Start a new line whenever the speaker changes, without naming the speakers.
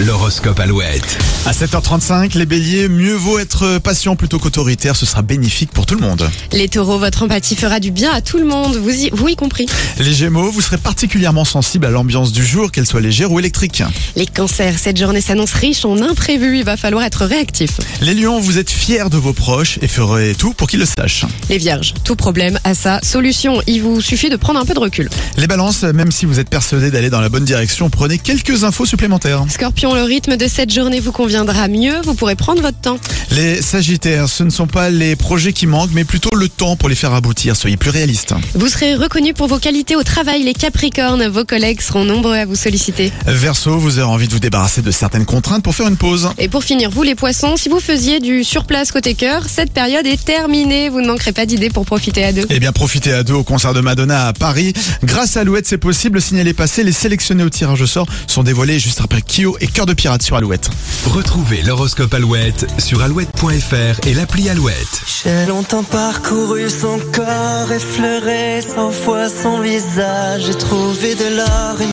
L'horoscope Alouette.
À 7h35, les béliers, mieux vaut être patient plutôt qu'autoritaire, ce sera bénéfique pour tout le monde.
Les taureaux, votre empathie fera du bien à tout le monde, vous y, vous y compris.
Les gémeaux, vous serez particulièrement sensible à l'ambiance du jour, qu'elle soit légère ou électrique.
Les cancers, cette journée s'annonce riche en imprévus, il va falloir être réactif.
Les lions, vous êtes fiers de vos proches et ferez tout pour qu'ils le sachent.
Les vierges, tout problème a sa solution, il vous suffit de prendre un peu de recul.
Les balances, même si vous êtes persuadé d'aller dans la bonne direction, prenez quelques infos supplémentaires.
Scorpion, le rythme de cette journée vous conviendra mieux, vous pourrez prendre votre temps.
Les sagittaires, ce ne sont pas les projets qui manquent, mais plutôt le temps pour les faire aboutir, soyez plus réalistes.
Vous serez reconnu pour vos qualités au travail, les capricornes, vos collègues seront nombreux à vous solliciter.
Verseau, vous aurez envie de vous débarrasser de certaines contraintes pour faire une pause.
Et pour finir, vous les poissons, si vous faisiez du surplace côté cœur, cette période est terminée, vous ne manquerez pas d'idées pour profiter à deux.
Eh bien, profitez à deux au concert de Madonna à Paris. Grâce à Alouette, c'est possible. Le signal est passé. Les sélectionnés au tirage au sort sont dévoilés juste après Kyo et Cœur de Pirate sur Alouette.
Retrouvez l'horoscope Alouette sur alouette.fr et l'appli Alouette.
J'ai longtemps parcouru son corps, effleuré cent fois son visage, j'ai trouvé de l'or. et